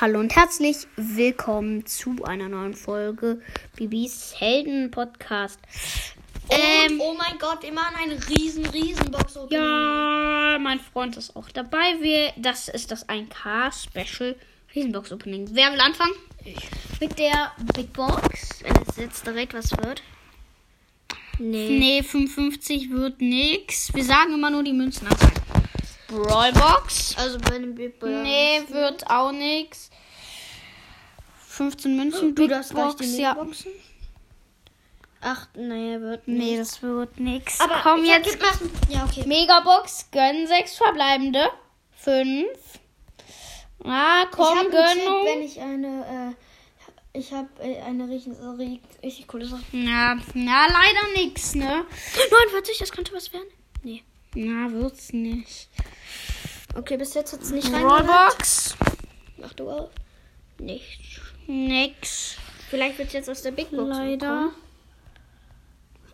Hallo und herzlich willkommen zu einer neuen Folge Bibis Helden Podcast. Und, Ähm, oh mein Gott, immer an eine riesen, riesen Box opening. ja, mein Freund ist auch dabei. Wir, das ist das 1K Special Riesenbox Opening. Wer will anfangen? Ich. Mit der Big Box? Wenn es jetzt direkt was wird. Nee. Nee, 55 wird nix. Wir sagen immer nur die Münzen anzeigen. Brawlbox? Also bei dem Big Brother. Nee, wird auch nix. 15 Münzen, Du Big darfst gleich die Box, ja. Megaboxen? Ach, nee, wird nicht. Nee, das wird nix. Aber Komm ich hab- jetzt. gib mal- Ja, okay. Megabox, gönn sechs verbleibende. Fünf. Ah, komm, ich hab einen Tipp, wenn Gönnung. ich eine, äh, ich habe äh, eine richtig, richtig coole Sache. Na, na, leider nix, ne? 49, das könnte was werden. Nee. Na, wird's nicht. Okay, bis jetzt hat's nicht reingehört. Rollbox? Mach du auf. Nicht. Nix. Vielleicht wird's jetzt aus der Big Box. Leider.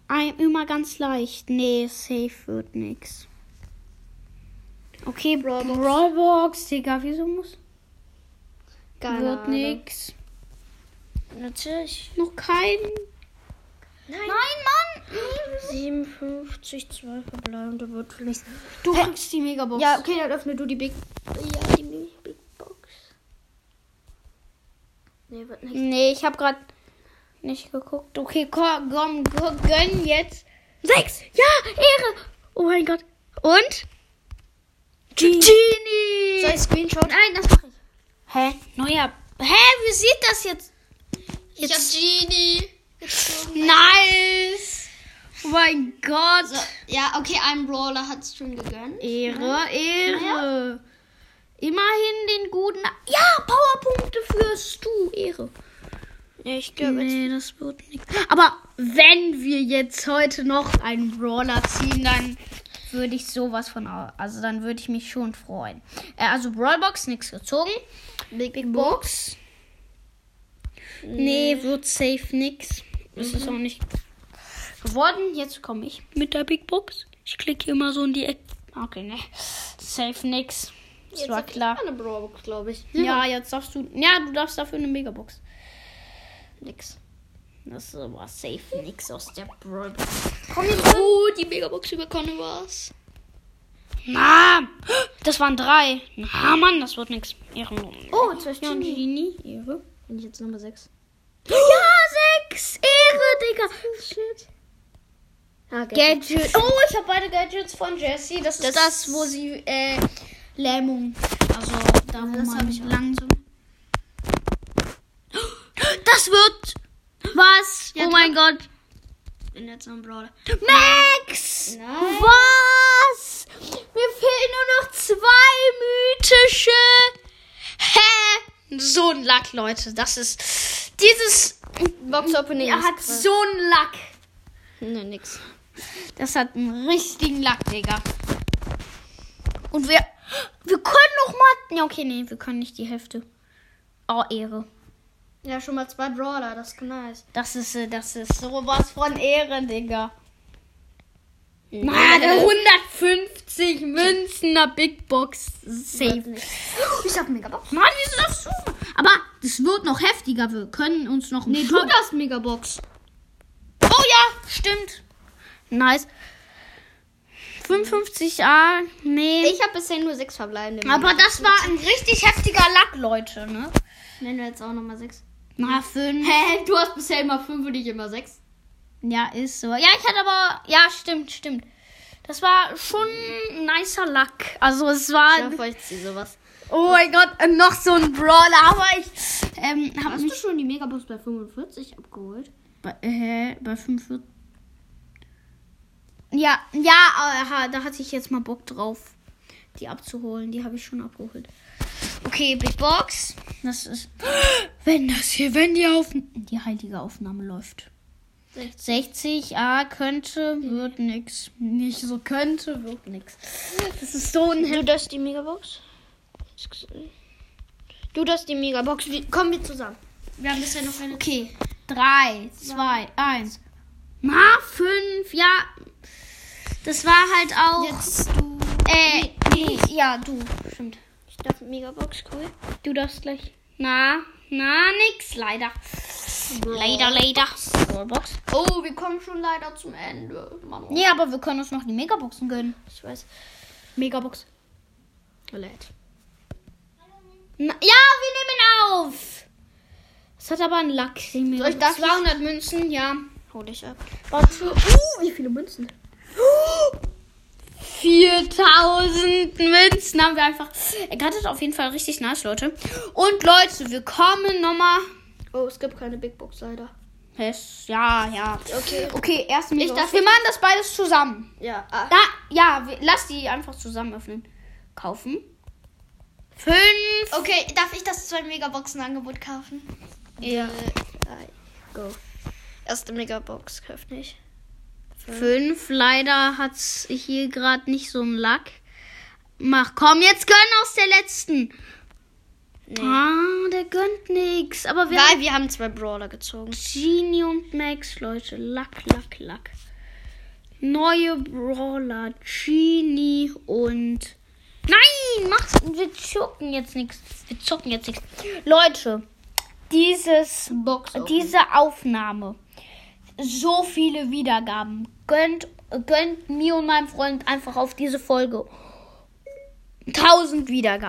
Ein, immer ganz leicht. Nee, safe wird nix. Okay, Brawlbox. Brawlbox, Digga, wieso muss. Keine wird Ahnung. nix. Natürlich. Noch kein. Nein. Nein, Mann! 57, 2 verbleibende wird vielleicht. Du kriegst die Megabox. Ja, okay, dann öffne du die Big. Ja, die Mini Big Box. Nee, wird nicht. Nee, ich habe gerade nicht geguckt. Okay, komm, komm, komm, gönn jetzt. Sechs! Ja, Ehre! Oh mein Gott. Und? Genie! Soll ich Screenshot? Nein, das mache ich. Hä? Neuer. Hä? Wie sieht das jetzt? Ich hab Genie. gezogen. Nice! Oh mein Gott. Ja, okay, ein Brawler hat's schon gegönnt. Ehre, Ehre. Immerhin den guten. Ja, Powerpunkte für Stu. Ehre. Ich Nee, das wird nichts. Aber wenn wir jetzt heute noch einen Brawler ziehen, dann würde ich sowas von. au- Also dann würde ich mich schon freuen. Äh, also Brawlbox, nichts gezogen. Big, Big Box. Nee, wird safe nix. Ist es auch nicht geworden. Jetzt komme ich mit der Big Box. Ich klicke hier immer so in die Ecke. Okay, ne. Safe nix. Das war klar. Eine Brawlbox, glaube ich. Ja, jetzt darfst du. Ja, du darfst dafür eine Megabox. Nix. Das war safe nix aus der Brawlbox. Komm jetzt. Oh, die Megabox überkommen war's. Na, das waren drei. Na, Mann, das wird nix. Ehrenrunde. Oh, zwei Stunden. Genie, Ehre. Bin ich jetzt Nummer 6? Ja, sechs. Ehre, Digga. Ah, okay. Gadgets. Oh, ich habe beide Gadgets von Jessie. Das, ist das, wo sie äh, Lähmung. Also, da wo das man hab ich auch. langsam. Das wird. Was? Ja, oh mein Gott. bin jetzt noch ein Brawler. Max! Nein. Was? Mir fehlen nur noch zwei mythische. Hä? So ein Lack, Leute. Das ist. Dieses. Box Opening. Er hat so einen Lack. Ne, nix. Das hat einen richtigen Lack, Digga. Und wir. Wir können noch mal. Ja, okay, nee, wir können nicht die Hälfte. Oh, Ehre. Ja, schon mal zwei Brawler, das ist nice. Das ist, äh, das ist sowas von Ehre, Digga. Mann, 150 Münzen in der Big Box. Safe. Ich hab Megabox. Mann, wieso das so? Aber es wird noch heftiger. Wir können uns noch einen Nee, du Schock- darfst Megabox. Oh ja, stimmt. Nice. 55a, nee. Ich hab bisher nur sechs verbleibende. Aber das war ein richtig heftiger Lack, Leute, ne? Nennen wir jetzt auch nochmal sechs. Na, 5. Hä, du hast bisher immer fünf und ich immer sechs. Ja, ist so. Ja, ich hatte aber. Ja, stimmt, stimmt. Das war schon ein nicer Lack. Also, es war. Ja, ich zieh sowas. Oh mein Gott, und noch so ein Brawler, aber ich ähm, hab Hast mich du schon die Megabox bei 45 abgeholt? bei, äh, hä, bei 45. Ja, ja, äh, ha- da hatte ich jetzt mal Bock drauf, die abzuholen. Die habe ich schon abgeholt. Okay, Big Box. Das ist. Wenn das hier, wenn die auf die heilige Aufnahme läuft. 60. 60, ah, könnte, wird nix. Nicht so könnte, wird nix. Das ist so ein Du darfst die Megabox. Du darfst die Megabox. Wir- Kommen wir zusammen. Wir haben bisher noch eine. Okay, 3, 2, 1. Na, 5, ja. Das war halt auch. Jetzt du. äh, nee, ja, du. Stimmt. Ich darf Megabox, cool. Du darfst gleich. Na, na, nix, leider. Leider, leider. Brawlbox. Oh, wir kommen schon leider zum Ende. Mann, oh. Nee, aber wir können uns noch die Megaboxen gönnen. ich weiß. Megabox. Leid. Na, ja, wir nehmen auf. Es hat aber einen Lack. Soll ich das- 200 Münzen, ja. Hol dich ab. Warte. Uh, wie viele Münzen? Uh, 4000 Münzen haben wir einfach. Er hat es auf jeden Fall richtig nice, Leute. Und Leute, wir kommen nochmal. Oh, es gibt keine Big Box leider. Es- Ja, ja. Okay. Okay, erst Ich darf- Wir machen das beides zusammen. Ja. Ah. Da, ja, wir, lass die einfach zusammen öffnen. Kaufen. Fünf. Okay, darf ich das zwei Megaboxen-Angebot kaufen? Ja. Nein. Äh, Go. Erste Megabox kauft nicht. Fünf. Leider hat's hier gerade nicht so einen Lack. Mach, komm, jetzt gönn aus der letzten. Nee. Ah, der gönnt nix. Aber wir Weil wir haben zwei Brawler gezogen. Genie und Max, Leute. Lack, Lack, Lack. Neue Brawler. Genie und. Nein! Mach's. Wir zocken jetzt nichts. Wir zocken jetzt nichts. Leute, dieses. Box. Diese Aufnahme. So viele Wiedergaben. Gönnt, gönnt mir und meinem Freund einfach auf diese Folge 1000 Wiedergaben.